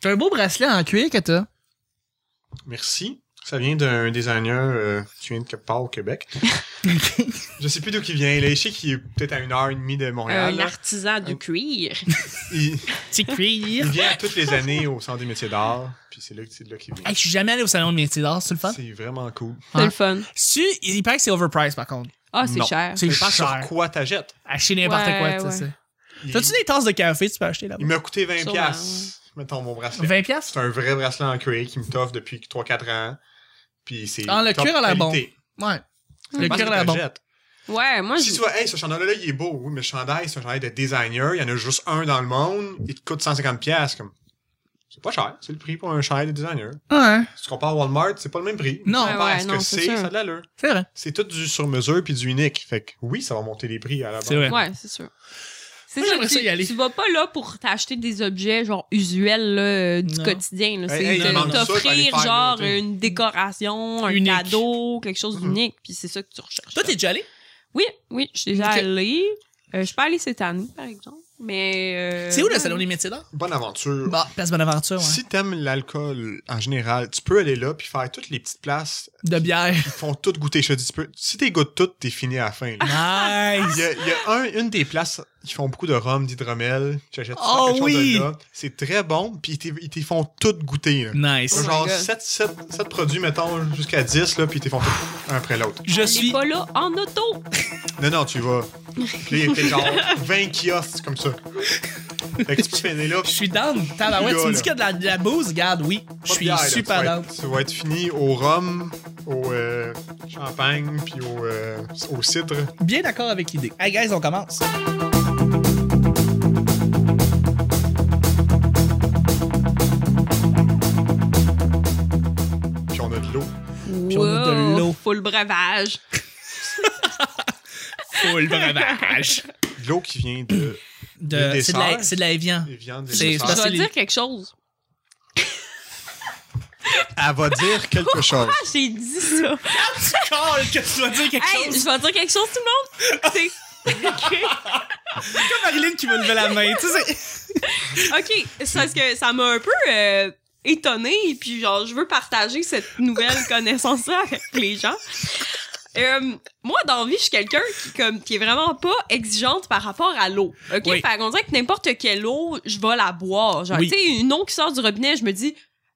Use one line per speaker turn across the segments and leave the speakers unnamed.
T'as un beau bracelet en cuir que t'as.
Merci. Ça vient d'un designer euh, qui vient de quelque part au Québec. Je sais plus d'où il vient. Là, je sais qu'il est peut-être à une heure et demie de Montréal.
Un
là.
artisan
Euh,
du cuir.
Il,
Petit cuir.
il vient toutes les années au Centre des métiers d'art. Puis c'est là, c'est de là qu'il vient.
Hey, je suis jamais allé au salon de métier d'art, c'est le fun.
C'est vraiment cool.
C'est le fun.
Si, il paraît que c'est overpriced par contre.
Ah, c'est
Non.
cher.
C'est
Ça dépend
cher.
sur quoi t'achètes.
Acheter n'importe
Ouais,
quoi, tu sais.
ouais.
ça.
Il,
T'as-tu des tasses de café que tu peux acheter là-bas?
il m'a coûté 20$,
Sûrement,
piastres, mettons, mon bracelet.
20 piastres?
C'est un vrai bracelet en cuir qui me toffe depuis 3-4 ans. Puis c'est.
Ah, le
top
cuir a l'air bon.
qualité.
Ouais. Le
Comment
cuir
tu
à la bombe.
t'achètes?
Ouais, moi,
Si
Ah, je...
tu vois, hey, ce chandail-là, il est beau, oui, mais le chandail, c'est un chandail de designer, il y en a juste un dans le monde, il te coûte 150$. piastres, Comme... C'est pas cher, c'est le prix pour un chandail de designer.
Ouais.
Si tu compares à Walmart, c'est pas le même prix.
Non.
Tu compares
Ouais, ouais,
à ce
non,
que
c'est
c'est,
sûr.
ça a de l'allure.
C'est vrai.
C'est tout du sur-mesure puis du unique. Fait que oui, ça va monter les prix à la
C'est
base.
vrai.
Ouais, c'est sûr. C'est
Moi,
ça,
j'aimerais
tu,
ça y aller.
tu vas pas là pour t'acheter des objets genre usuels là, euh, du
Non.
quotidien. là.
Hey,
C'est
hey,
de
demande
ça, t'allais
t'offrir
faire
genre
noter.
une décoration, un
hein. Unique. Mm-hmm.
cadeau, quelque chose
Mhm.
d'unique. Puis c'est ça que tu recherches.
Toi,
là.
t'es déjà allé?
Oui, oui, je suis déjà
Ok.
allée. Euh, je suis pas allée cette année, par exemple. Mais. euh,
C'est où le
ouais.
salon des métiers d'art?
Bonne aventure.
Bah, place Bonaventure, ouais.
Si t'aimes l'alcool en général, tu peux aller là puis faire toutes les petites places
De bière.
qui font toutes goûter. Je te dis, tu peux- si t'es goûtes toutes, t'es fini à la fin. là. Il
Nice.
y a, il y a un- une des places qui font beaucoup de rhum, d'hydromel. Tu achètes ça,
Oh
quelque chose de
oui!
là. C'est très bon, puis ils t'y- ils t'y font toutes goûter. là.
Nice.
my
Genre
God.
7, produits, mettons, jusqu'à 10, là, puis ils t'y font tout un après l'autre.
Je
On n'est
suis.
pas là en auto.
Non, non, tu vas. Puis là, il y a peut-être genre 20 kiosques comme ça. Fait que tu peux finir là,
Je
puis
suis down. Tabarouette,
Gars,
tu me
là.
dis qu'il y a de la, de la bouse, regarde, oui. Je
pas de
suis
bière, là.
super
tu vas
down.
être- Tu vas être fini au rhum, au euh, champagne, puis au, euh, au citre.
Bien d'accord avec l'idée. Hey guys, on commence.
Puis on a de l'eau.
on a de l'eau.
Full breuvage.
Full breuvage.
De l'eau qui vient de,
De-
Des
C'est de la-
desserts.
c'est de la Evian.
des viandes, des
C'est-
sauces.
Ah,
Je vais
les-
dire quelque chose.
Elle va dire quelque chose.
Ah, j'ai dit ça.
Carl, que tu vas dire quelque
Hey, je
chose.
vais dire quelque chose, tout le monde. C'est-
Comme Marilyn qui va lever la main. Tu sais,
OK, c'est parce que ça m'a un peu euh, étonnée et puis genre je veux partager cette nouvelle connaissance là avec les gens. Euh, moi, dans la vie, je suis quelqu'un qui, comme, qui est vraiment pas exigeante par rapport à l'eau. OK?
Oui.
Fait qu'on dirait que n'importe quelle eau, je vais la boire. Genre,
Oui.
tu sais, une eau qui sort du robinet, je me dis,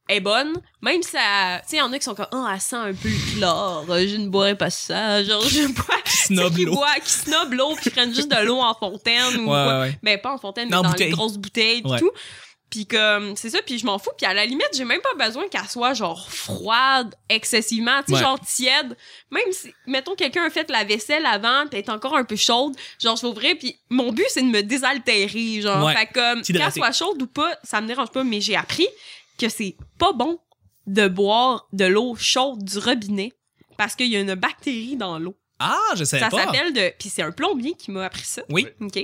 elle est bonne. Même si ça. Tu sais, il y en a qui sont comme, ah, elle sent un peu le chlore. euh, Je ne boirai pas ça. Genre, je bois.
snob
qui
l'eau.
boivent- qui snob l'eau, qui prennent juste de l'eau en fontaine ou quoi.
Ouais, ouais.
Mais pas en fontaine,
Non,
mais dans
bouteille.
une grosse bouteille pis
Ouais.
tout. Puis comme c'est ça, puis je m'en fous. Puis à la limite, j'ai même pas besoin qu'elle soit genre froide excessivement, tu sais,
Ouais.
genre tiède. Même si, mettons, quelqu'un a fait la vaisselle avant, puis elle est encore un peu chaude, genre je vais ouvrir, puis mon but c'est de me désaltérer, genre.
Ouais.
Fait que, comme
T'hydrater.
qu'elle soit chaude ou pas, ça me dérange pas. Mais j'ai appris que c'est pas bon de boire de l'eau chaude du robinet parce qu'il y a une bactérie dans l'eau.
Ah, je savais
Ça
pas.
s'appelle de. Puis c'est un plombier qui m'a appris ça.
Oui.
OK.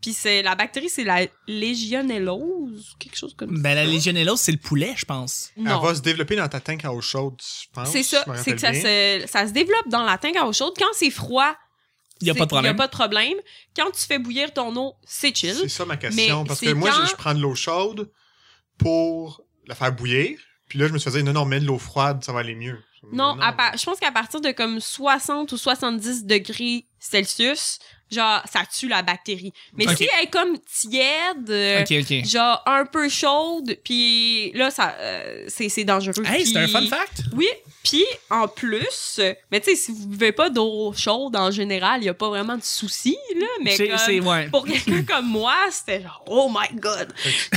Puis c'est la bactérie, c'est la légionellose, quelque chose comme ça.
Ben, la légionellose, c'est le poulet, je pense.
Elle
Non.
va se développer dans ta tank à eau chaude, je pense.
C'est ça,
je me
c'est que ça
rappelle bien.
se, ça se développe dans la tank à eau chaude. Quand c'est froid,
Y a
c'est-
pas de
Y
problème.
a pas de problème. Quand tu fais bouillir ton eau, c'est
C'est
chill.
ça ma question.
Mais
parce que
c'est
moi, je-
quand-
je, prends de l'eau chaude pour la faire bouillir. Puis là, je me suis dit, non, non, mets de l'eau froide, ça va aller mieux.
Non, à par- je pense qu'à partir de comme 60 ou 70 degrés Celsius, genre, ça tue la bactérie. Mais
Ok.
si elle est comme tiède, euh,
Ok, ok.
genre un peu chaude, puis là, ça, euh, c'est c'est dangereux.
Hey, c'est
Puis-
un fun fact.
Oui, puis en plus, euh, mais tu sais, si vous buvez pas d'eau chaude en général, il y a pas vraiment de souci là, mais
C'est,
comme-
c'est- ouais.
pour quelqu'un comme moi, c'était genre oh my god.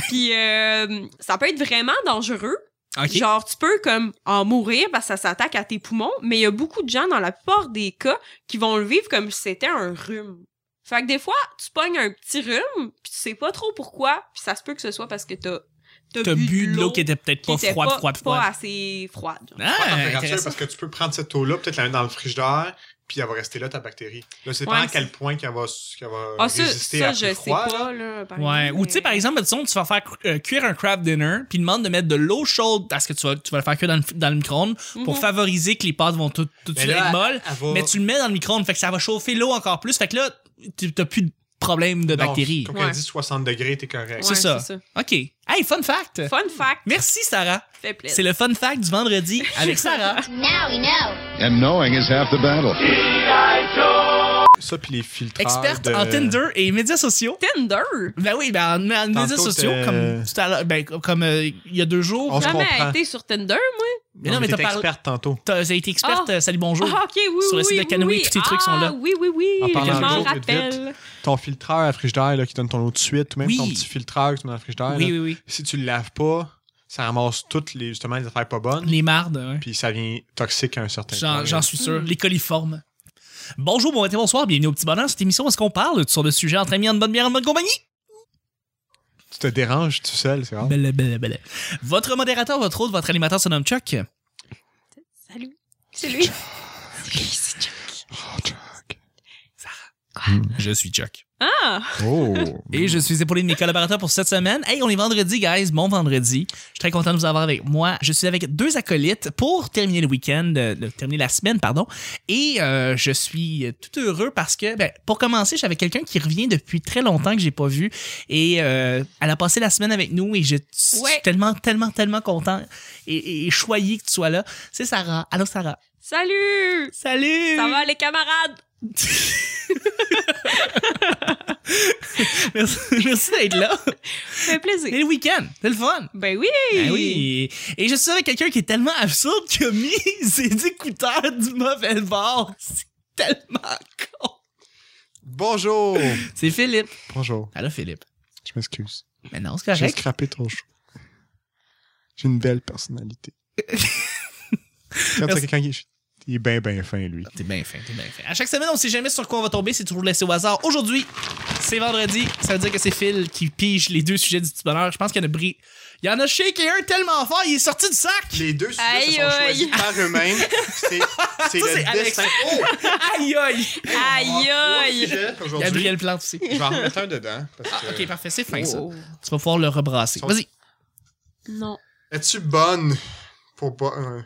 puis euh, ça peut être vraiment dangereux.
Ok.
Genre tu peux comme en mourir parce que ça s'attaque à tes poumons, mais il y a beaucoup de gens dans la plupart des cas qui vont le vivre comme si c'était un rhume. Fait que des fois, tu pognes un petit rhume, puis tu sais pas trop pourquoi, puis ça se peut que ce soit parce que t'as t'as
T'as bu de l'eau qui était peut-être
qui
pas
était
froide,
pas,
froide,
pas
froide.
assez froide. genre.
Ah,
la température,
intéressant.
parce que tu peux prendre cette eau-là, peut-être la mettre dans le frigidaire, puis elle va rester là, ta bactérie. Là, c'est
Ouais,
pas à
c'est-
quel point qu'elle va, s- qu'elle va
Ah, ça,
résister
ça
à
je
plus froid.
sais
là.
pas, là. par
Ouais.
exemple,
Ou tu sais,
mais-
par exemple, disons, tu vas faire cr- euh, cuire un crab dinner, puis demande de mettre de l'eau chaude, parce que tu vas, tu vas le faire cuire dans le, dans le micro-ondes, pour
Mhm.
favoriser que les pâtes vont tout, tout de
Mais
suite
là,
être molles.
elle va-
Mais tu le mets dans le micro-ondes, fait que ça va chauffer l'eau encore plus. Fait que là, tu- t'as plus de- problème de bactéries.
Comme elle
Ouais.
dit, 60 degrés, t'es correct.
C'est ça. OK. Hey, fun fact!
Fun fact.
Merci, Sarah.
Fait
C'est
plaisir.
le fun fact du vendredi avec Sarah.
Now we know.
And knowing is half the battle.
Ça, puis les filtres.
Experte en Tinder et médias sociaux.
Tinder.
Ben oui, ben en, en médias sociaux,
t'es-
comme tout à l'heure- ben, comme euh, il y a deux jours.
On se comprend.
Jamais été sur Tinder, moi.
Mais non, mais t'as
t'es
parlé-
experte tantôt.
T'as t'as été experte,
Ah.
euh, salut bonjour.
Ah, ok, oui,
Sur le
oui,
site de
oui,
Canoë,
oui.
tous tes trucs sont là.
Ah, oui, oui, oui.
En parlant
je
de
m'en
l'eau, vite, vite.
rappelle.
Ton filtreur à frigidaire là, qui donne ton eau de suite, ou même
Oui.
ton petit filtreur que tu mets dans le frigidaire.
oui,
là,
oui, oui.
Si tu le laves pas, ça ramasse toutes les, justement, les affaires pas bonnes.
Les mardes, ouais.
Puis ça devient toxique à un certain
J'en
point.
j'en suis sûr. Les coliformes. Bonjour, bon matin, bonsoir, bienvenue au Petit Bonheur. Cette émission, où est-ce qu'on parle de toutes sortes de sujets entre amis, en bonne bière, en bonne compagnie?
Tu te déranges tout seul, c'est rare.
Belle, belle, belle. Votre modérateur, votre hôte, votre animateur se nomme Chuck.
Salut. C'est lui.
Oh, Jack.
Je suis Chuck.
Ah,
Oh.
Et je suis épaulé de mes collaborateurs pour cette semaine. Hey, on est vendredi, guys. Bon vendredi. Je suis très content de vous avoir avec moi. Je suis avec deux acolytes pour terminer le week-end, euh, le- terminer la semaine, pardon. Et euh, je suis euh, tout heureux parce que, ben, pour commencer, j'avais quelqu'un qui revient depuis très longtemps que j'ai pas vu. Et euh, elle a passé la semaine avec nous et je suis
Ouais.
tellement, tellement, tellement content et, et, et choyé que tu sois là. C'est Sarah. Allô, Sarah.
salut.
Salut!
Ça va, les camarades?
Merci, merci d'être là.
Ça fait
C'est
plaisir.
le week-end. C'est le fun.
Ben oui.
Ben oui. Et je suis avec quelqu'un qui est tellement absurde qu'il a mis ses écouteurs du mauvais bord. C'est tellement con.
Bonjour.
C'est Philippe.
Bonjour.
Allô, Ah Philippe.
Je m'excuse.
Mais non, c'est
J'ai
correct.
scrappé ton show. J'ai une belle personnalité. Quand tu as
Merci.
quelqu'un qui est- il est bien, bien fin, lui.
T'es bien fin, t'es bien fin. À chaque semaine, on sait jamais sur quoi on va tomber, c'est toujours laissé au hasard. Aujourd'hui, c'est vendredi, ça veut dire que c'est Phil qui pige les deux sujets du petit bonheur. Je pense qu'il y en a bris. Il y en a shaké un tellement fort, il est sorti du sac!
Les deux sujets
Aïe,
se sont choisis
aïe.
par eux-mêmes. C'est c'est
c'est
le
Alex.
destin. Oh!
Aïe aïe!
Aïe,
Trois
aïe.
sujets Aujourd'hui,
Gabriel Plante aussi. Ah,
je vais en remettre un dedans. Parce que...
Ok, parfait, c'est fin ça.
Oh.
Tu vas pouvoir le rebrasser. Vas-y.
Non.
Es-tu bonne pour, ba... euh,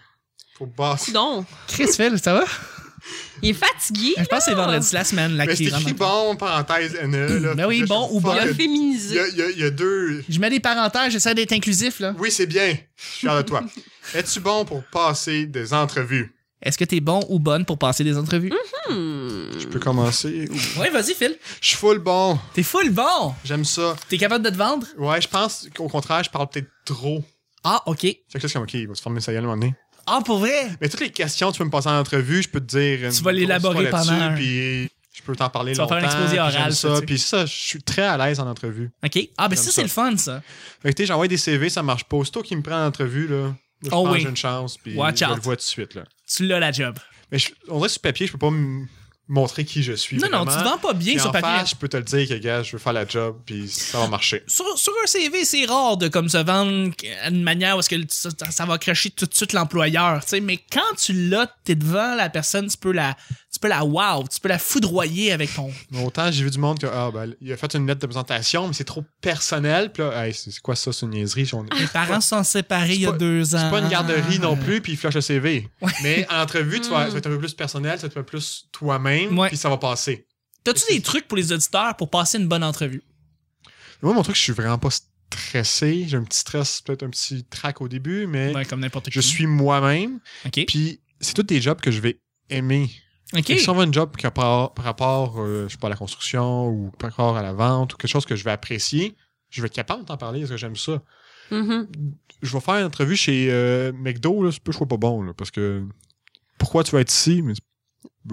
pour basse?
Non.
Chris Phil, ça va?
Il est fatigué.
Je pense que c'est vendredi la semaine, là,
Mais
qui
c'est écrit
rentre.
bon, parenthèse, NE. Là,
Ben oui,
Là,
bon
je-
ou
fuck,
bon.
Il a
Il y
féminisé.
a, il y a- il y a deux.
Je mets des parenthèses, j'essaie d'être inclusif, là.
Oui, c'est bien. Je suis fier de toi. Es-tu bon pour passer des entrevues?
Est-ce que t'es bon ou bonne pour passer des entrevues?
Hmm.
Je peux commencer.
Mmh. Ouais, vas-y, Phil.
Je suis full bon.
T'es full bon.
J'aime ça.
T'es capable de te vendre?
Ouais, je pense qu'au contraire, je parle peut-être trop.
Ah, OK.
Fait que là, c'est comme, OK, il va se former sa gueule à un moment donné.
Ah, pour vrai?
Mais toutes les questions, tu peux me passer en entrevue, je peux te dire.
Tu
une
vas l'élaborer
grosse histoire
pendant
là-dessus,
un-
Puis je peux t'en parler
Tu vas
longtemps.
faire un exposé
puis j'aime
oral, ça, tu
ça.
sais.
Puis ça, je suis très à l'aise en entrevue.
OK. Ah, ben
J'aime
ça,
ça.
c'est le fun, ça.
Fait que, tu sais, j'envoie des CV, ça marche pas. Aussitôt qu'il me prend en entrevue, là, là, je
Oh
pense que
oui.
j'ai une chance. Puis
Watch
je
out.
le vois tout de suite, là.
Tu l'as, la job.
Mais je- on dirait sur papier, je peux pas me montrer qui je suis.
Non, non, tu
vraiment.
te vends pas bien
Puis
sur
en
papier.
face, je peux te le dire que, gars, je veux faire la job, puis ça va marcher.
Sur, sur un CV, c'est rare de comme se vendre d'une manière où est-ce que ça, ça va cracher tout de suite l'employeur, tu sais. Mais quand tu l'as, t'es devant la personne, tu peux la, tu peux la wow, tu peux la foudroyer avec ton.
Mais autant, j'ai vu du monde que, ah, ben, il a fait une lettre de présentation, mais c'est trop personnel. Puis là, Hey, c'est c'est quoi ça, c'est une niaiserie? On-
Tes parents se sont séparés il y a
pas-
deux ans.
C'est pas une garderie non plus, puis il flush le CV. Mais en entrevue, tu vas, ça va être un peu plus personnel, ça va être un peu plus toi-même,
Hmm. Ouais.
puis ça va passer.
T'as-tu des trucs pour les auditeurs pour passer une bonne entrevue?
Moi, mon truc, je suis vraiment pas stressé. J'ai un petit stress, peut-être un petit trac au début, mais
Ben, comme n'importe qui.
je suis moi-même.
OK.
Puis c'est tous des jobs que je vais aimer.
OK.
Et Si on veut un job qui a par, par rapport, euh, je sais pas, à la construction ou par rapport à la vente ou quelque chose que je vais apprécier, je vais être capable d'en parler parce que j'aime ça.
Mhm.
je vais faire une entrevue chez euh, McDo, là, c'est peu je sois pas bon, là, parce que pourquoi tu vas être ici? Mais c'est-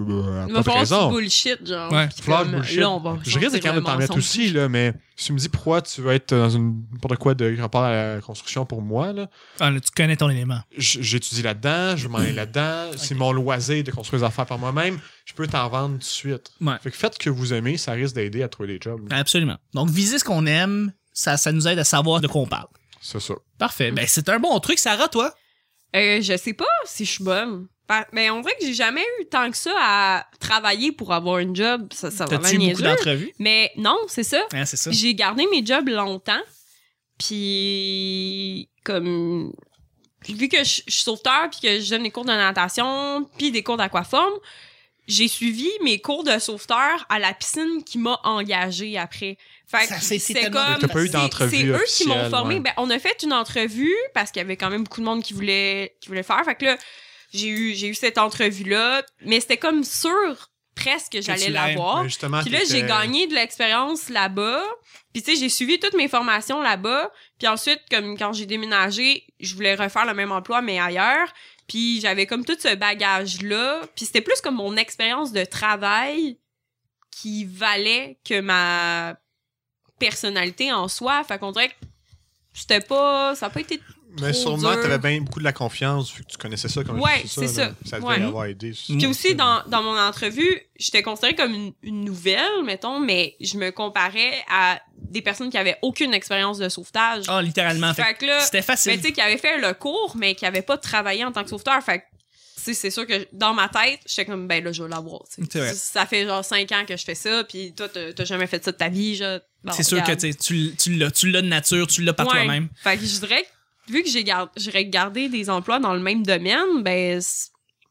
euh, à
Il
pas
va
de
falloir que tu
raison.
bullshit, genre.
Ouais.
Puis
Il va falloir
comme,
que bullshit.
Là, on va
Je risque de
sortir
quand même de
le
t'en mettre
mensonge.
aussi, là, mais si tu me dis pourquoi tu vas être dans une n'importe quoi de rapport à la construction pour moi, là,
Ah, là, tu connais ton élément.
j- j'étudie là-dedans, je m'en aller là-dedans, c'est mon loisir de construire des affaires par moi-même, je peux t'en vendre tout de suite.
Ouais.
Fait que faites que vous aimez, ça risque d'aider à trouver des jobs. là.
Absolument. Donc, viser ce qu'on aime, ça, ça nous aide à savoir de quoi on parle.
C'est ça.
Parfait. Ben, c'est un bon truc, Sarah, toi.
Euh, je sais pas si je suis bonne. Par- Mais on dirait que j'ai jamais eu tant que ça à travailler pour avoir un job. Ça, ça va
T'as-tu
vraiment
beaucoup
niaiseux.
d'entrevues?
Mais non, c'est ça.
Hein, c'est ça.
J'ai gardé mes jobs longtemps. Puis, comme. Vu que je je suis sauveteur, puis que je donne des cours de natation, puis des cours d'aquaforme, j'ai suivi mes cours de sauveteur à la piscine qui m'a engagée après. Fait
Ça,
que
c'est- c'est
c'est
tellement-
comme
T'as pas eu
c'est-
d'entrevue
c'est eux qui
officielle,
m'ont formé.
ouais.
Ben, on a fait une entrevue parce qu'il y avait quand même beaucoup de monde qui voulait qui voulait le faire. Fait que là j'ai eu j'ai eu cette entrevue là, mais c'était comme sûr presque que j'allais
tu l'aimes,
l'avoir.
Mais justement,
Oh, Puis là,
t'étais-
j'ai gagné de l'expérience là-bas. Puis tu sais, j'ai suivi toutes mes formations là-bas. Puis ensuite, comme quand j'ai déménagé, je voulais refaire le même emploi, mais ailleurs. Puis j'avais comme tout ce bagage-là. Puis c'était plus comme mon expérience de travail qui valait que ma personnalité en soi. Fait qu'on dirait que c'était pas... Ça a pas été...
Mais
trop
sûrement,
dur.
t'avais bien beaucoup de la confiance vu que tu connaissais ça comme
Ouais,
c'est
c'est
ça. là.
ça.
Ça devait
Ouais.
avoir aidé.
Puis aussi, dans, dans mon entrevue, j'étais considérée comme une, une nouvelle, mettons, mais je me comparais à des personnes qui avaient aucune expérience de sauvetage.
Ah, littéralement. Fait
Fait que là,
que C'était
ben, tu
facile.
sais, qui avait fait le cours, mais qui avait pas travaillé en tant que sauveteur. Fait que, tu sais, c'est sûr que dans ma tête, j'étais comme, ben là, je vais l'avoir. tu sais.
C'est vrai.
Ça, ça fait genre 5 ans que je fais ça, puis toi, t'as t'as jamais fait ça de ta vie. genre, bon,
C'est sûr que
regarde.
tu sais, tu l- tu l'as tu l'as de nature, tu l'as par
Ouais.
toi-même.
Fait que je dirais que, vu que j'ai gard- j'aurais gardé des emplois dans le même domaine, ben c-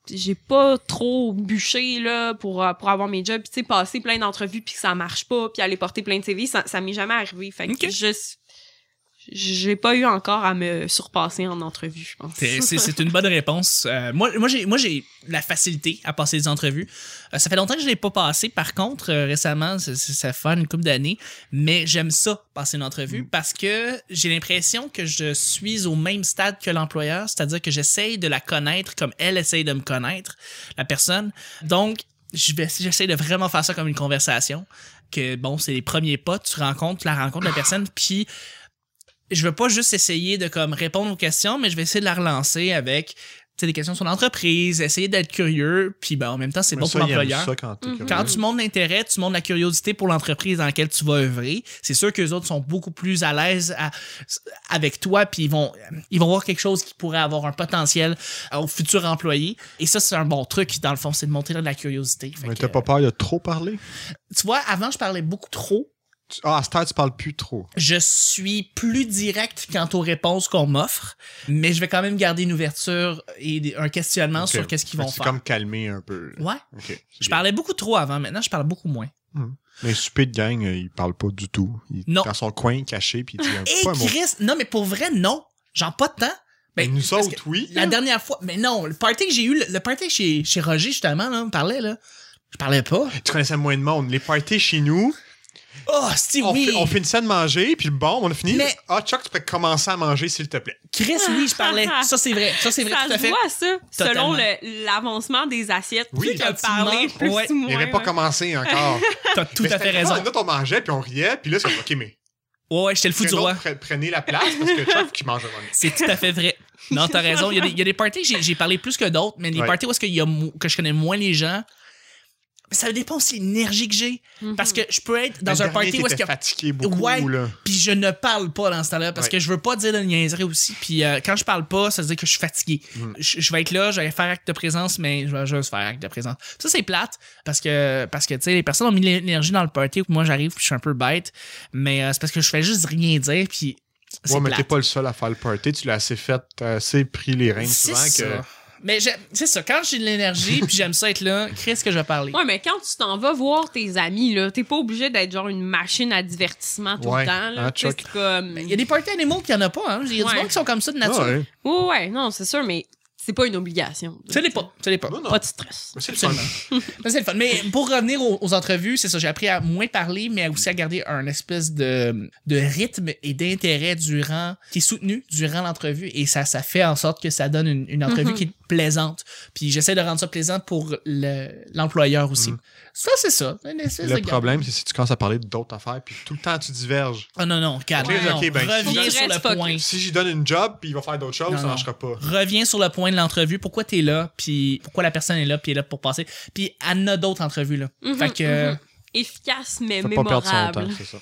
j'ai pas trop bûché là pour euh, pour avoir mes jobs puis tu sais passer plein d'entrevues puis que ça marche pas puis aller porter plein de CV ça, ça m'est jamais arrivé fait que
Ok.
je j'ai pas eu encore à me surpasser en entrevue je pense
C'est- C'est c'est une bonne réponse. Euh, moi, moi, j'ai, moi, j'ai la facilité à passer des entrevues. Euh, ça fait longtemps que je l'ai pas passé. Par contre, euh, récemment, ça, ça- ça fait une couple d'années, mais j'aime ça passer une entrevue parce que j'ai l'impression que je suis au même stade que l'employeur, c'est-à-dire que j'essaye de la connaître comme elle essaye de me connaître, la personne. Donc, je vais- j'essaie de vraiment faire ça comme une conversation. Que bon, c'est les premiers pas, tu rencontres, tu la rencontres la personne, puis je veux pas juste essayer de comme répondre aux questions, mais je vais essayer de la relancer avec tu sais, des questions sur l'entreprise, essayer d'être curieux, puis ben, en même temps, c'est bon pour l'employeur.
Ça, quand t'es
Mhm.
curieux.
Quand tu montres l'intérêt, tu montres la curiosité pour l'entreprise dans laquelle tu vas œuvrer. C'est sûr que les autres sont beaucoup plus à l'aise à- avec toi, puis ils vont ils vont voir quelque chose qui pourrait avoir un potentiel euh, au futur employé. Et ça, c'est un bon truc dans le fond, c'est de montrer de la curiosité. Fait
Mais
que, euh,
t'as pas peur de trop parler?
Tu vois, avant, je parlais beaucoup trop.
Tu- Ah, à cette heure, tu parles plus trop.
je suis plus direct quant aux réponses qu'on m'offre, mais je vais quand même garder une ouverture et des- un questionnement
Ok.
sur qu'est-ce qu'ils
Fait
vont
que C'est
faire.
comme calmer un peu.
Ouais.
Ok, c'est
Je
bien.
parlais beaucoup trop avant, maintenant je parle beaucoup moins.
Mais Stupid Gang, euh, il parle pas du tout. Il est
Non.
dans son coin caché, puis il dit un-
Et
pas un mot.
Chris, non mais pour vrai, non, j'en pas de temps.
Mais
Ben,
nous
parce
autres, oui.
que La dernière fois, mais non, le party que j'ai eu, le, le party chez, chez Roger justement, là, on me parlait là, je parlais pas.
Tu connaissais moins de monde. Les parties chez nous,
Oh, si
on,
oui,
fi- on finissait de manger, puis bon, on a fini.
Mais-
Ah, Chuck, tu peux commencer à manger, s'il te plaît.
Chris, oui, je parlais. Ça c'est vrai, ça c'est vrai
ça
tout à
se
fait.
voit ça
Totalement.
selon le- l'avancement des assiettes
Oui,
plus
quand
que
tu
parler
manges,
plus
ouais.
Il
ou moins
n'avait pas
ouais.
commencé encore.
T'as tout
Mais
à
c'était
fait
le
raison.
fun. Nous, autres, on mangeait, puis on riait, puis là, c'est comme, OK, mais
Ouais, ouais, j'étais le fou
que
du roi.
l'autre pre- prenez la place, parce que Chuck, qui mange avant nous.
C'est tout à fait vrai. Non, t'as raison. Il y a des, il y a des parties que j'ai- j'ai parlé plus que d'autres, mais des
Ouais.
parties où est-ce qu'il y a mo- que je connais moins les gens. Mais ça dépend aussi de l'énergie que j'ai.
Mhm.
Parce que je peux être dans
Le
un
dernier,
party où est-ce
t'étais
qu'il y a-
fatigué beaucoup,
Ouais.
là.
Puis je ne parle pas dans ce temps-là parce
Ouais.
que je veux pas dire de niaiserie aussi. Puis euh, quand je parle pas, ça veut dire que je suis fatigué.
Mm.
Je, je vais être là, je vais faire acte de présence, mais je vais juste faire acte de présence. Ça, c'est plate parce que, parce que tu sais, les personnes ont mis l'énergie dans le party. Moi, j'arrive, puis je suis un peu bête. Mais euh, c'est parce que je fais juste rien dire, puis c'est
Ouais, mais
plate.
t'es pas le seul à faire le party. Tu l'as assez fait, t'as assez pris les reins
C'est
souvent
ça.
que. Ah
Mais j'ai- c'est ça, quand j'ai de l'énergie puis j'aime ça être là, Chris que je vais parler.
Ouais, mais quand tu t'en vas voir tes amis, là, t'es pas obligé d'être genre une machine à divertissement tout
Ouais,
le temps. Là.
hein,
Tu sais,
Chuck?
c'est comme...
Il Ben, y a des parties animaux qu'il y en a pas, hein. Il y a du
Ouais.
monde qui sont comme ça de nature.
Ah, ouais.
Ouais, ouais, non, c'est sûr, mais c'est pas une obligation.
Ça l'est pas, ça l'est pas.
Non, non.
Pas de stress.
C'est le fun.
Absolument. Mais c'est le fun. Mais pour revenir aux, aux entrevues, c'est ça, j'ai appris à moins parler, mais aussi à garder un espèce de, de rythme et d'intérêt durant, qui est soutenu durant l'entrevue. Et ça, ça fait en sorte que ça donne une, une entrevue
Mhm.
qui est plaisante. Puis j'essaie de rendre ça plaisant pour le- l'employeur aussi.
Mhm.
Ça, c'est ça. Une espèce de
Le
garde.
problème, c'est si tu commences à parler d'autres affaires, puis tout le temps tu diverges.
Ah non, non, calme.
Ok,
non,
ok, ben,
reviens
il
sur le
reste focus.
point.
Si j'y donne une job, puis il va faire d'autres choses,
Non,
ça
non.
marchera pas.
Reviens sur le point de l'entrevue. Pourquoi t'es là, puis pourquoi la personne est là, puis est là pour passer. Puis elle en a d'autres entrevues, là.
Mhm,
fait que, euh,
mhm. Efficace, mais
Faut pas
mémorable.
perdre son temps, c'est ça.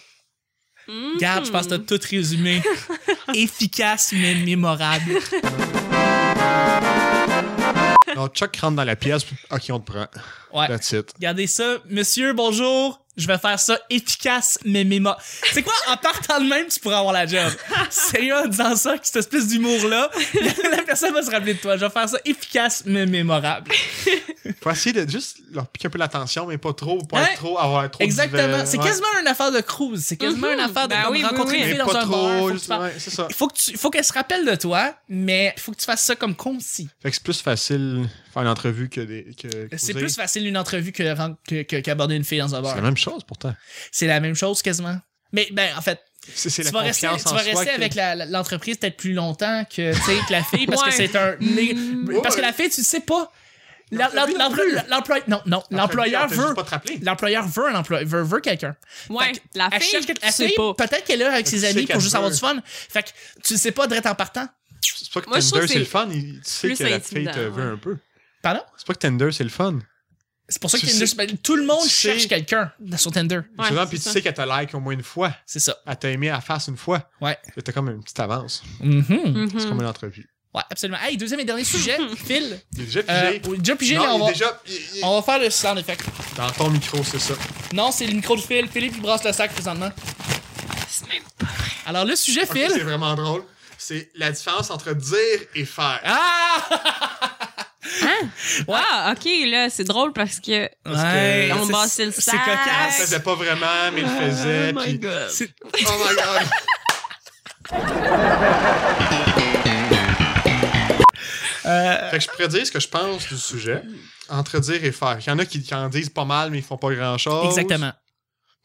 Mhm.
regarde, je pense que t'as tout résumé. Efficace, mais mémorable.
Non, Chuck rentre dans la pièce, puis OK, on te prend.
Ouais.
That's it.
Regardez ça. Monsieur, bonjour. Je vais faire ça efficace, mais mémo. C'est quoi, en partant de même, tu pourras avoir la job. Sérieux, en disant ça, avec cette espèce d'humour-là, la personne va se rappeler de toi. Je vais faire ça efficace, mais mémorable.
Faut essayer de juste leur piquer un peu l'attention, mais pas trop, pas
Ouais.
être trop, avoir trop
Exactement.
divers.
C'est
Ouais.
quasiment une affaire de cruise. C'est quasiment
Mhm.
une affaire de
Ben
comme,
oui, oui,
rencontrer
oui.
une
Mais
fille dans
pas
un bar.
trop,
faut que tu
juste-
fasses-
ouais, c'est ça.
Il faut que tu, faut qu'elle se rappelle de toi, mais il faut que tu fasses ça comme concis.
Fait que c'est plus facile faire une entrevue que des. que-
C'est
causer.
plus facile une entrevue que ren- que- que- qu'aborder une fille dans un
C'est la
bar.
même chose pourtant.
C'est la même chose quasiment. Mais ben en fait,
C'est c'est
tu
la
vas rester,
confiance
tu
en
vas
soi
rester
que-
avec la- la- l'entreprise peut-être plus longtemps que, tu sais, que la fille parce que
Ouais.
c'est un
Mm.
parce que la fille tu sais pas La- la-
L'entreprise non
l'empre- l'employeur non non l'employeur
Après, on peut
veut
juste pas te rappeler.
l'employeur veut un emploi veut, veut quelqu'un.
Ouais,
Fait que
la
Elle
fille,
cherche
tu
quelqu'un- la
sais
fille,
pas.
peut-être qu'elle est là avec
Fait que
ses
tu sais
amis pour
qu'elle
juste
veut.
avoir du fun. Fait que tu le sais pas direct en partant.
C'est pas que
Moi, je trouve
Tinder,
que
c'est le
c'est
fun. il- Tu sais
plus
que la fille te
intimidant,
veut
ouais.
un peu.
Pardon
C'est pas que Tinder, c'est le fun.
C'est pour ça que
Tu
Tinder,
sais-
ben, tout le monde
tu sais-
cherche quelqu'un sur Tinder.
Ouais,
Souvent,
c'est
puis tu
ça.
sais qu'elle te like au moins une fois.
C'est ça.
Elle t'a aimé à la face une fois.
Ouais.
Et T'as comme une petite avance.
Mhm.
Mhm.
C'est comme une entrevue.
Ouais, absolument. Hey, deuxième et dernier sujet, Phil.
Il est déjà
Euh,
pigé.
oui, déjà pigé,
Non,
mais on
il est
va,
déjà il- il-
on va faire le sound effect.
dans ton micro, c'est ça.
Non, c'est le micro de Phil. Philippe, il brasse le sac présentement.
C'est même pas-
Alors, le sujet,
Ok,
Phil.
c'est vraiment drôle. C'est la différence entre dire et faire.
Ah!
Ah, ok, là, c'est drôle parce que.
Parce que-
On
c'est-
brassait le
C'est
sac.
Il
cocasse.
faisait pas vraiment, mais il
Ah,
le faisait.
Oh my
Euh, puis-
God.
C'est-
Oh my god.
Euh,
Fait que je pourrais dire ce que je pense du sujet. Entre dire et faire. Il y en a qui, qui en disent pas mal, mais ils font pas grand chose.
exactement.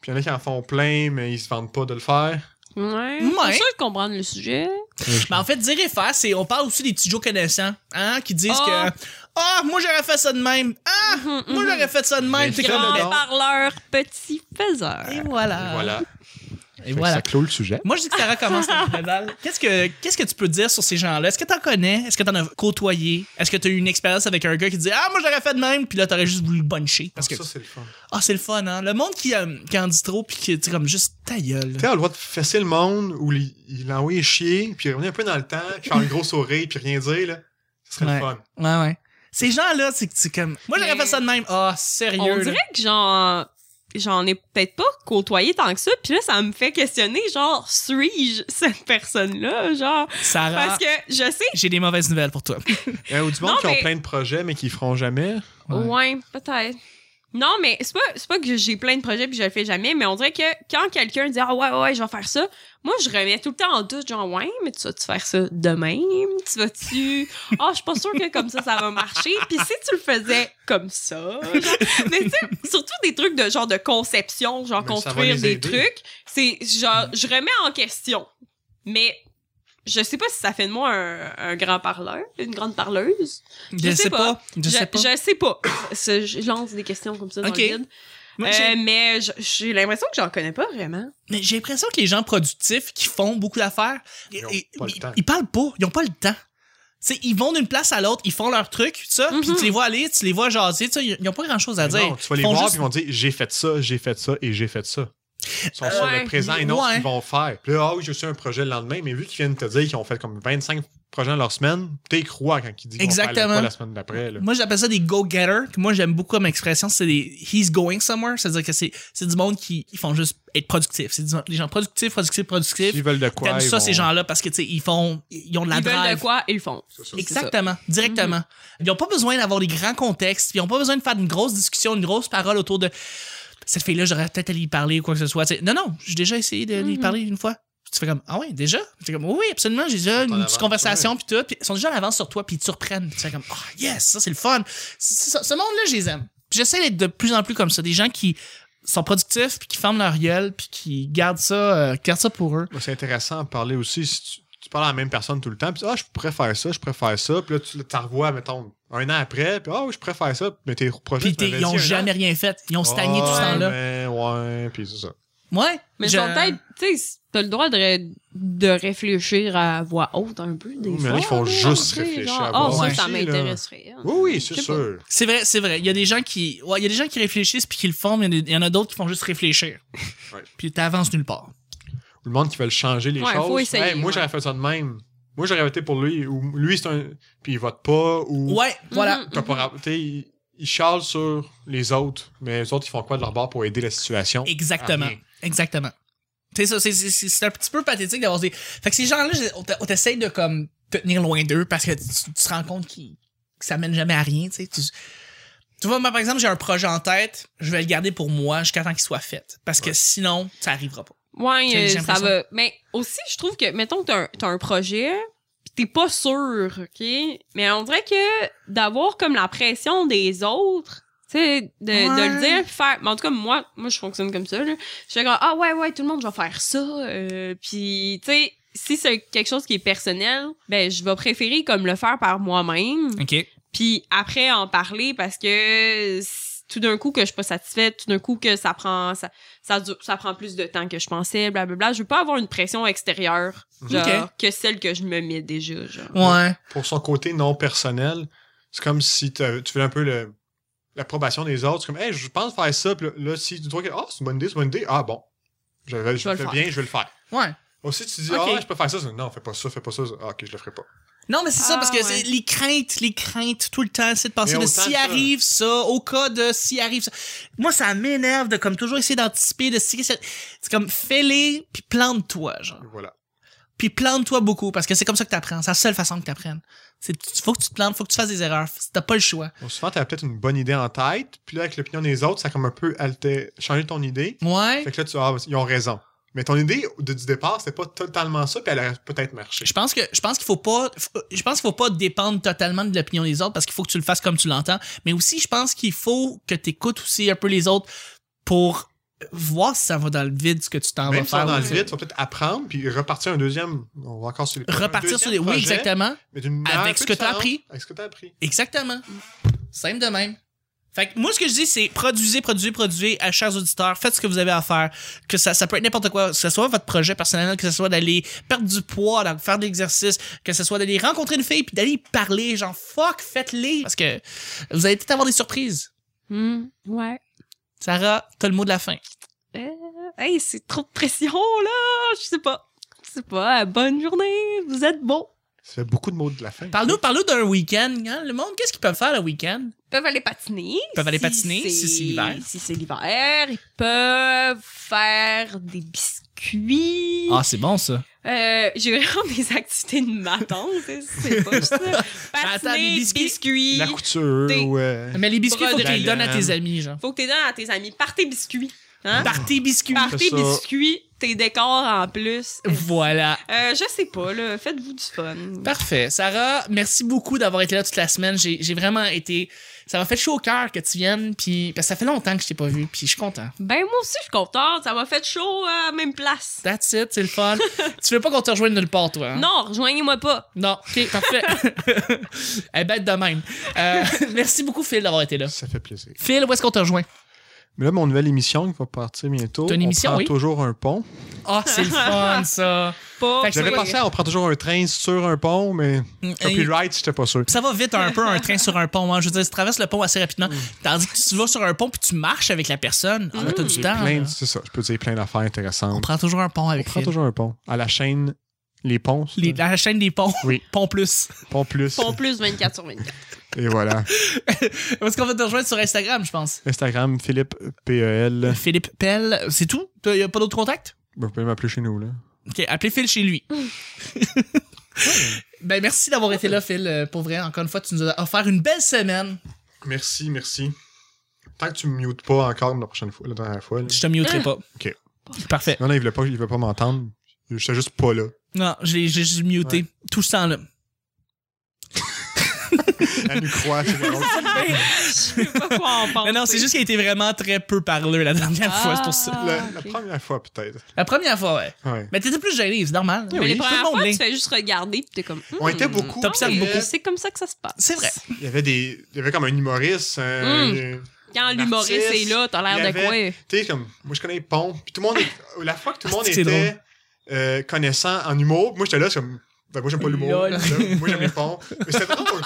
Puis il y en a qui en font plein, mais ils se vendent pas de le faire.
Ouais.
Ouais.
Je suis sûr de comprendre le sujet.
Mais Ben, en fait, dire et faire, c'est. On parle aussi des petits Joe connaissants, hein, qui disent
Ah.
que. Ah, moi j'aurais fait ça de même. Ah,
Mm-hmm,
moi j'aurais fait ça de même.
Mais
T'es
fais-le
comme.
donc.
Grand parleur, petit faiseur.
Et voilà.
Et voilà.
Ah. Et
Fait que
voilà.
Ça clôt le sujet.
Moi, je dis que ça recommence la pédale. Qu'est-ce que, qu'est-ce que tu peux dire sur ces gens-là? Est-ce que t'en connais? Est-ce que t'en as côtoyé? Est-ce que t'as eu une expérience avec un gars qui dit Ah, moi j'aurais fait de même, puis là t'aurais juste voulu le buncher? Parce que.
Ça, c'est le fun.
Ah, c'est le fun, hein? Le monde qui, euh, qui en dit trop, puis qui, tu sais, comme juste ta gueule.
Tu sais, on le droit de fesser le monde ou li- il l'envoyer chier, puis revenir un peu dans le temps, puis faire un gros sourire, puis rien dire, là. Ce serait
Ouais.
le fun.
Ouais, ouais. Ces gens-là, c'est que tu comme. Moi, j'aurais
Mais-
fait ça de même. Ah, sérieux.
On
là.
dirait que j'en j'en ai peut-être pas côtoyé tant que ça, puis là ça me fait questionner genre suis-je cette personne là, genre
Sarah,
parce que je sais
j'ai des mauvaises nouvelles pour toi.
Il y a du monde
Non,
qui ont
mais-
plein de projets, mais qui feront jamais.
Ouais.
ouais, peut-être. Non, mais c'est pas c'est pas que j'ai plein de projets puis je le fais jamais, mais on dirait que quand quelqu'un dit ah ouais ouais, je vais faire ça, moi je remets tout le temps en doute genre ouais, mais tu vas tu faire ça de même, tu vas tu ah je suis pas sûre que comme ça ça va marcher, puis si tu le faisais comme ça, genre- mais tu sais surtout des trucs de genre de conception, genre
Mais ça va
construire
les
des
aider.
trucs, c'est genre je remets en question. Mais je sais pas si ça fait de moi un, un grand parleur, une grande parleuse.
Je,
sais pas.
Je sais pas.
Je sais pas. Ce- je lance des questions comme ça dans
Ok.
le vide.
Moi,
Euh,
j'ai-
mais je- j'ai l'impression que j'en connais pas vraiment.
Mais j'ai l'impression que les gens productifs qui font beaucoup d'affaires,
Ils ont
et-
pas le
ils,
temps.
ils parlent pas, ils ont pas le temps. Tu sais, ils vont d'une place à l'autre, ils font leur truc, ça,
Mhm.
puis tu les vois aller, tu les vois jaser, tu sais, ils ils ont pas grand chose à
Mais
dire.
non, tu vas les
Ils font
voir,
juste-
puis ils vont dire j'ai fait ça, j'ai fait ça et j'ai fait ça. Ils sont sur
Ouais.
le présent et non
Ouais.
ce qu'ils vont faire. Puis là, ah oui, j'ai aussi un projet le lendemain, mais vu qu'ils viennent te dire qu'ils ont fait comme 25 projets dans leur semaine, t'es crois quand ils disent qu'ils vont faire le
Exactement.
pas la semaine d'après. là.
Moi, j'appelle ça des go-getters. que Moi, j'aime beaucoup comme expression. C'est des he's going somewhere. C'est-à-dire que c'est c'est du monde qui ils font juste être productif. C'est du- des gens productifs, productifs, productifs.
S'ils veulent de quoi.
T'aimes
ils
ça,
vont-
ces gens-là, parce que, tu sais, ils font, ils ont de la
ils veulent
drive.
de quoi, Mhm. ils le font.
ça.
Exactement, directement. Ils n'ont pas besoin d'avoir des grands contextes, puis ils n'ont pas besoin de faire une grosse discussion, une grosse parole autour de cette fille-là, j'aurais peut-être à lui parler ou quoi que ce soit. Tu sais, non, non, j'ai déjà essayé de lui
Mhm.
parler une fois. Tu fais comme, ah ouais, déjà? Tu fais comme, oui, oui, absolument, j'ai déjà
Ils sont en
une petite
avance,
conversation, puis tout. Puis ils sont déjà en avance sur toi, puis ils te surprennent. Puis tu fais comme, ah yes, ça c'est le fun. C'est ça, ce monde-là, je les aime. Puis J'essaie d'être de plus en plus comme ça, des gens qui sont productifs, puis qui ferment leur gueule, puis qui gardent ça, euh, gardent ça pour eux.
Moi, C'est intéressant de parler aussi. Si tu, tu parles à la même personne tout le temps, puis tu dis, ah, je pourrais faire ça, je pourrais faire ça. Puis là, tu t'en revois, mettons, un an après, puis ah, oui, je pourrais faire ça, mais tes projets.
Puis
tu
t'es-
m'avais
ils
dit
ont
un
jamais
an.
rien fait. Ils ont stagné tout ce
Ouais,
temps-là.
mais ouais, puis c'est ça.
Ouais.
Mais
je-
ils sont peut-être, tu sais, t'as le droit de, ré- de réfléchir à voix haute un peu. Des
Oui, mais
fois,
là, ils font
là,
juste
tu sais,
réfléchir
genre,
à voix
Ah,
haute
ça, ça
aussi, là.
m'intéresserait. hein.
Oui, oui, c'est
Je sais pas.
sûr.
C'est vrai, c'est vrai. Il y a des gens qui, ouais, il y a des gens qui réfléchissent puis qui le font, mais il y en a- il y en a d'autres qui font juste réfléchir.
Ouais.
Puis t'avances nulle part.
le monde qui veulent changer les
Ouais,
choses.
faut essayer,
Hey, moi,
ouais.
j'aurais fait ça de même. Moi, j'aurais voté pour lui. Ou lui, c'est un. Puis il vote pas. Ou.
Ouais, voilà.
Mhm.
T'as pas. rap- t'sais, ils charlent sur les autres, mais les autres, ils font quoi de leur bord pour aider la situation?
Exactement.
Ah, rien.
Exactement. C'est ça, c'est- c'est- c'est c'est un petit peu pathétique d'avoir des. Fait que ces gens-là, je- on t'- on t'essaye de comme te tenir loin d'eux parce que tu, tu te rends compte qu'ils- que ça mène jamais à rien. Tu, sais. Tu- tu vois, moi, par exemple, j'ai un projet en tête, je vais le garder pour moi jusqu'à temps qu'il soit fait. Parce que sinon, ça arrivera pas.
Ouais,
J'ai-
euh,
j'ai
ça
l'impression-
va. Mais aussi, je trouve que, mettons que t'as un, t'as un projet, pis t'es pas sûr, OK? Mais on dirait que d'avoir comme la pression des autres, tu sais, de, de le
Ouais.
dire, pis faire... Mais en tout cas, moi, moi je fonctionne comme ça, là. Je fais comme, ah ouais, ouais, tout le monde va faire ça, euh, puis tu sais... Si c'est quelque chose qui est personnel, ben je vais préférer comme le faire par moi-même,
OK.
puis après en parler parce que c'est- tout d'un coup que je suis pas satisfaite, tout d'un coup que ça prend ça ça, dure- ça prend plus de temps que je pensais, blablabla. Je veux pas avoir une pression extérieure genre,
Ok.
que celle que je me mets déjà. Genre.
Ouais.
Pour son côté non personnel, c'est comme si t'as- tu veux un peu le- l'approbation des autres. C'est comme, hey, je pense faire ça. Puis là, là, si tu trouves que, ah, c'est une bonne idée, c'est une bonne idée. Ah, bon. Je, je,
vais le
fais
faire.
bien, je vais le faire.
Ouais.
Aussi, tu dis,
Ok.
ah, je peux faire ça. C'est- Non, fais pas ça, fais pas ça. Ah, ok, je le ferai pas.
Non, mais c'est ça,
Ah,
parce que
ouais.
c'est les craintes, les craintes tout le temps, c'est de penser
Mais
de
autant
si
ça.
arrive ça, au cas de si arrive ça. Moi, ça m'énerve de comme toujours essayer d'anticiper, de si. C'est comme fais-les, puis plante-toi, genre.
Et Voilà.
Puis plante-toi beaucoup, parce que c'est comme ça que t'apprends. C'est la seule façon que t'apprennes. C'est tu- faut que tu te plantes, faut que tu fasses des erreurs. T'as pas le choix.
Bon, souvent, t'as peut-être une bonne idée en tête. Puis là, avec l'opinion des autres, ça a comme un peu alter... changé ton idée.
Ouais.
Fait que là, tu ah, ils ont raison. Mais ton idée de- du départ, c'était pas totalement ça, puis elle aurait peut-être marché.
Je pense que je pense qu'il faut pas faut- je pense qu'il faut pas dépendre totalement de l'opinion des autres parce qu'il faut que tu le fasses comme tu l'entends, mais aussi je pense qu'il faut que tu écoutes aussi un peu les autres pour voir si ça va dans le vide ce que tu t'en vas
Même si
faire.
dans le
Ouais.
vide, tu vas peut-être apprendre, puis repartir un deuxième. On va encore sur les
repartir
un
sur les oui
deuxième projet,
exactement
mais d'une manière
Avec
un
ce
peu
que t'as
différente,
appris.
Avec ce que t'as appris.
exactement simple de même fait que moi ce que je dis c'est produisez produisez produisez à chers auditeurs faites ce que vous avez à faire que ça ça peut être n'importe quoi que ce soit votre projet personnel que ce soit d'aller perdre du poids d'aller faire de l'exercice que ce soit d'aller rencontrer une fille puis d'aller y parler genre fuck faites-les parce que vous allez peut-être avoir des surprises
Hmm, ouais.
Sarah t'as le mot de la fin
Hey, c'est trop de pression là, je sais pas. Je sais pas, Euh, bonne journée, vous êtes bons.
Ça fait beaucoup de mots de la fin.
parle-nous parle-nous d'un week-end hein, le monde qu'est-ce qu'ils peuvent faire le week-end
Ils peuvent aller patiner. Ils
peuvent aller patiner, si c'est l'hiver.
Si c'est l'hiver, ils peuvent faire des biscuits.
Ah, c'est bon ça
Euh, j'ai vraiment des activités de ma tante, c'est- c'est pas ça.
Attends,
Patiner,
des biscuits.
biscuits.
La couture,
T'es-
ouais.
mais les biscuits faut que tu les
Broderie.
donnes à tes amis genre
Faut que t'es donnes à tes amis. Partez biscuits. Hein?
partez biscuits
Partez
ça.
biscuits, tes décors en plus.
Voilà.
Euh, je sais pas, là. Faites-vous du fun.
Parfait. Sarah, merci beaucoup d'avoir été là toute la semaine. J'ai j'ai vraiment été. Ça m'a fait chaud au cœur que tu viennes, puis parce que ça fait longtemps que je t'ai pas vu, puis je suis content.
Ben, moi aussi, je suis contente. Ça m'a fait chaud à la même place.
That's it, c'est le fun. tu veux pas qu'on te rejoigne nulle part, toi? hein?
Non, rejoignez-moi pas.
Non, ok, parfait. Elle est bête de même. Euh, merci beaucoup, Phil, d'avoir été là.
Ça fait plaisir.
Phil, où est-ce qu'on te rejoint?
Mais là, mon nouvelle émission qui va partir bientôt.
T'as une émission,
on prend
oui?
toujours un pont.
Ah, c'est le fun, ça.
Pas.
Fait que
J'avais
Oui.
pensé à on prend toujours un train sur un pont, mais copyright, j'étais pas sûr.
Ça va vite un peu un train sur un pont. hein. Je veux dire, tu traverses le pont assez rapidement.
Mm.
Tandis que tu vas sur un pont puis tu marches avec la personne. Ah, là, t'as du
J'ai
temps.
plein-
là.
C'est ça, je peux dire plein d'affaires
On
intéressantes.
prend toujours un pont
On
avec
prend
Phil.
toujours un pont. À la chaîne, les ponts. c'est-
Les- la chaîne des ponts.
Oui.
Pont plus.
Pont plus.
Font plus 24 sur 24.
Et voilà.
Parce qu'on va te rejoindre sur Instagram, je pense.
Instagram, Philippe E PEL.
Philippe Pell, c'est tout? Il n'y a pas d'autres contacts?
Vous pouvez m'appeler chez nous, là.
OK, appelez Phil chez lui.
Mm.
ben, merci d'avoir été là, Phil. Euh, Pour vrai, encore une fois, tu nous as offert une belle semaine.
Merci, merci. Tant que tu me mutes pas encore la prochaine fois, la dernière fois. là.
Je te muterai pas.
OK.
Parfait.
Non, non, il voulait pas, il veut pas m'entendre. J'étais juste pas là.
Non, je l'ai je l'ai juste muté. Tout ce temps-là.
Elle nous croit, c'est drôle.
je sais pas quoi en penser.
Mais non, c'est juste qu'il a été vraiment très peu parleux la dernière fois, c'est pour ça.
Ah,
La, la
ok.
première fois, peut-être.
La première fois, ouais.
Ouais.
Mais t'étais plus gêné, c'est normal.
Mais les
Tout
premières
le monde
fois,
l'est.
tu fais juste regarder, puis t'es comme.
On
hmm,
était beaucoup.
T'observes
mais
beaucoup.
C'est comme ça que ça se passe.
C'est vrai.
Il y avait des. Il y avait comme un humoriste. un-
Quand
Un
l'humoriste est
artiste,
là, t'as
il y
l'air de
avait-
quoi?
Tu sais, comme. Moi, je connais Pont. Puis tout le monde. est- la fois que tout le monde
Ah, c'est
était euh, connaissant en humour, moi, j'étais là, c'est comme. Ben, moi, j'aime pas l'humour.
Lol.
là. Moi, j'aime les ponts. Mais c'était drôle.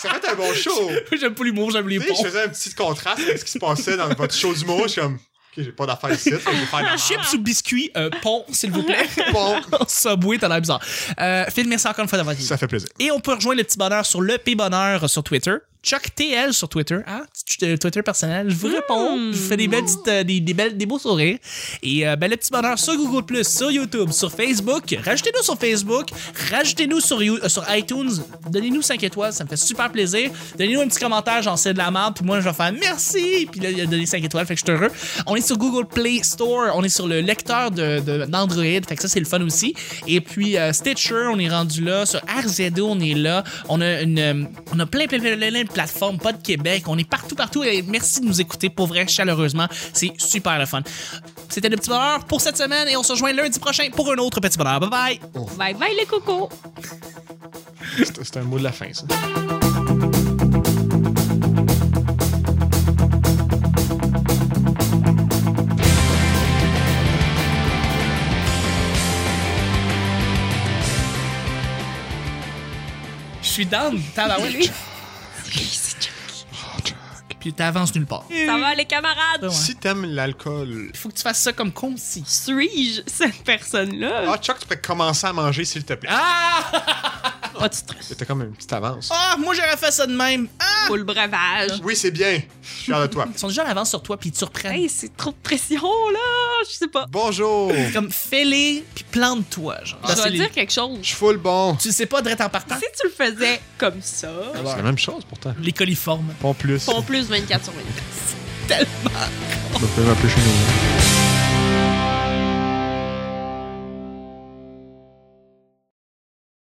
Ça fait un bon show.
J'aime pas l'humour, j'aime les
Tu sais, je
ponts.
faisais un petit contraste avec ce qui se passait dans votre show d'humour. Je suis comme, OK, j'ai pas d'affaires ici, fait que je vais
Ah.
faire de la
Chips ou biscuits, euh, pont, s'il vous plaît.
Bon,
Subway, t'as l'air bizarre. Euh, Phil, merci encore une fois d'avoir été là.
ça fait plaisir.
Et on peut rejoindre le petit bonheur sur le P Bonheur sur Twitter. Chuck TL sur Twitter, hein, petit, euh, Twitter personnel. Je vous réponds, je vous fais des belles petites, euh, des, des belles, des beaux sourires. Et euh, ben, le petit bonheur sur Google sur YouTube, sur Facebook. Rajoutez-nous sur Facebook, rajoutez-nous sur, You- euh, sur iTunes. Donnez-nous 5 étoiles, ça me fait super plaisir. Donnez-nous un petit commentaire, genre c'est de la merde, puis moi je vais faire merci. Puis là, il a donné 5 étoiles, fait que je suis heureux. On est sur Google Play Store, on est sur le lecteur de- de- d'Android, fait que ça c'est le fun aussi. Et puis euh, Stitcher, on est rendu là. Sur RZO, on est là. On a, une, euh, on a plein, plein, plein, plein, plein de plateformes, pas de Québec. On est partout, partout. Et merci de nous écouter pour vrai, chaleureusement. C'est super le fun. C'était le petit bonheur pour cette semaine et on se rejoint lundi prochain pour un autre petit bonheur. Bye bye!
Bye bye les cocos!
C'est c'est un mot de la fin, ça.
Je suis down, tabarouette. Puis t'avances nulle part.
Ça va les camarades?
Ouais.
Si t'aimes l'alcool.
Faut que tu fasses ça comme con si.
Suis-je cette personne-là?
Ah, Chuck, tu peux commencer à manger, s'il te plaît.
Ah!
Pas de stress.
T'as comme une petite avance.
Ah, moi j'aurais fait ça de même. Ah!
Pour le breuvage.
Oui, c'est bien. Je suis fier de toi.
Ils sont déjà en avance sur toi puis ils te surprennent.
Hey, c'est trop de pression là! Je sais pas.
Bonjour.
Comme fais-les puis plante-toi. Genre.
Je
Dans
vais
les-
dire quelque chose.
Je fous le bon.
Tu sais pas, direct en partant.
Si tu le faisais comme ça,
C'est la même chose, pourtant.
Les coliformes.
Pas en plus.
pas plus 24 sur 24.
Tellement.
Ça peut un peu chez nous.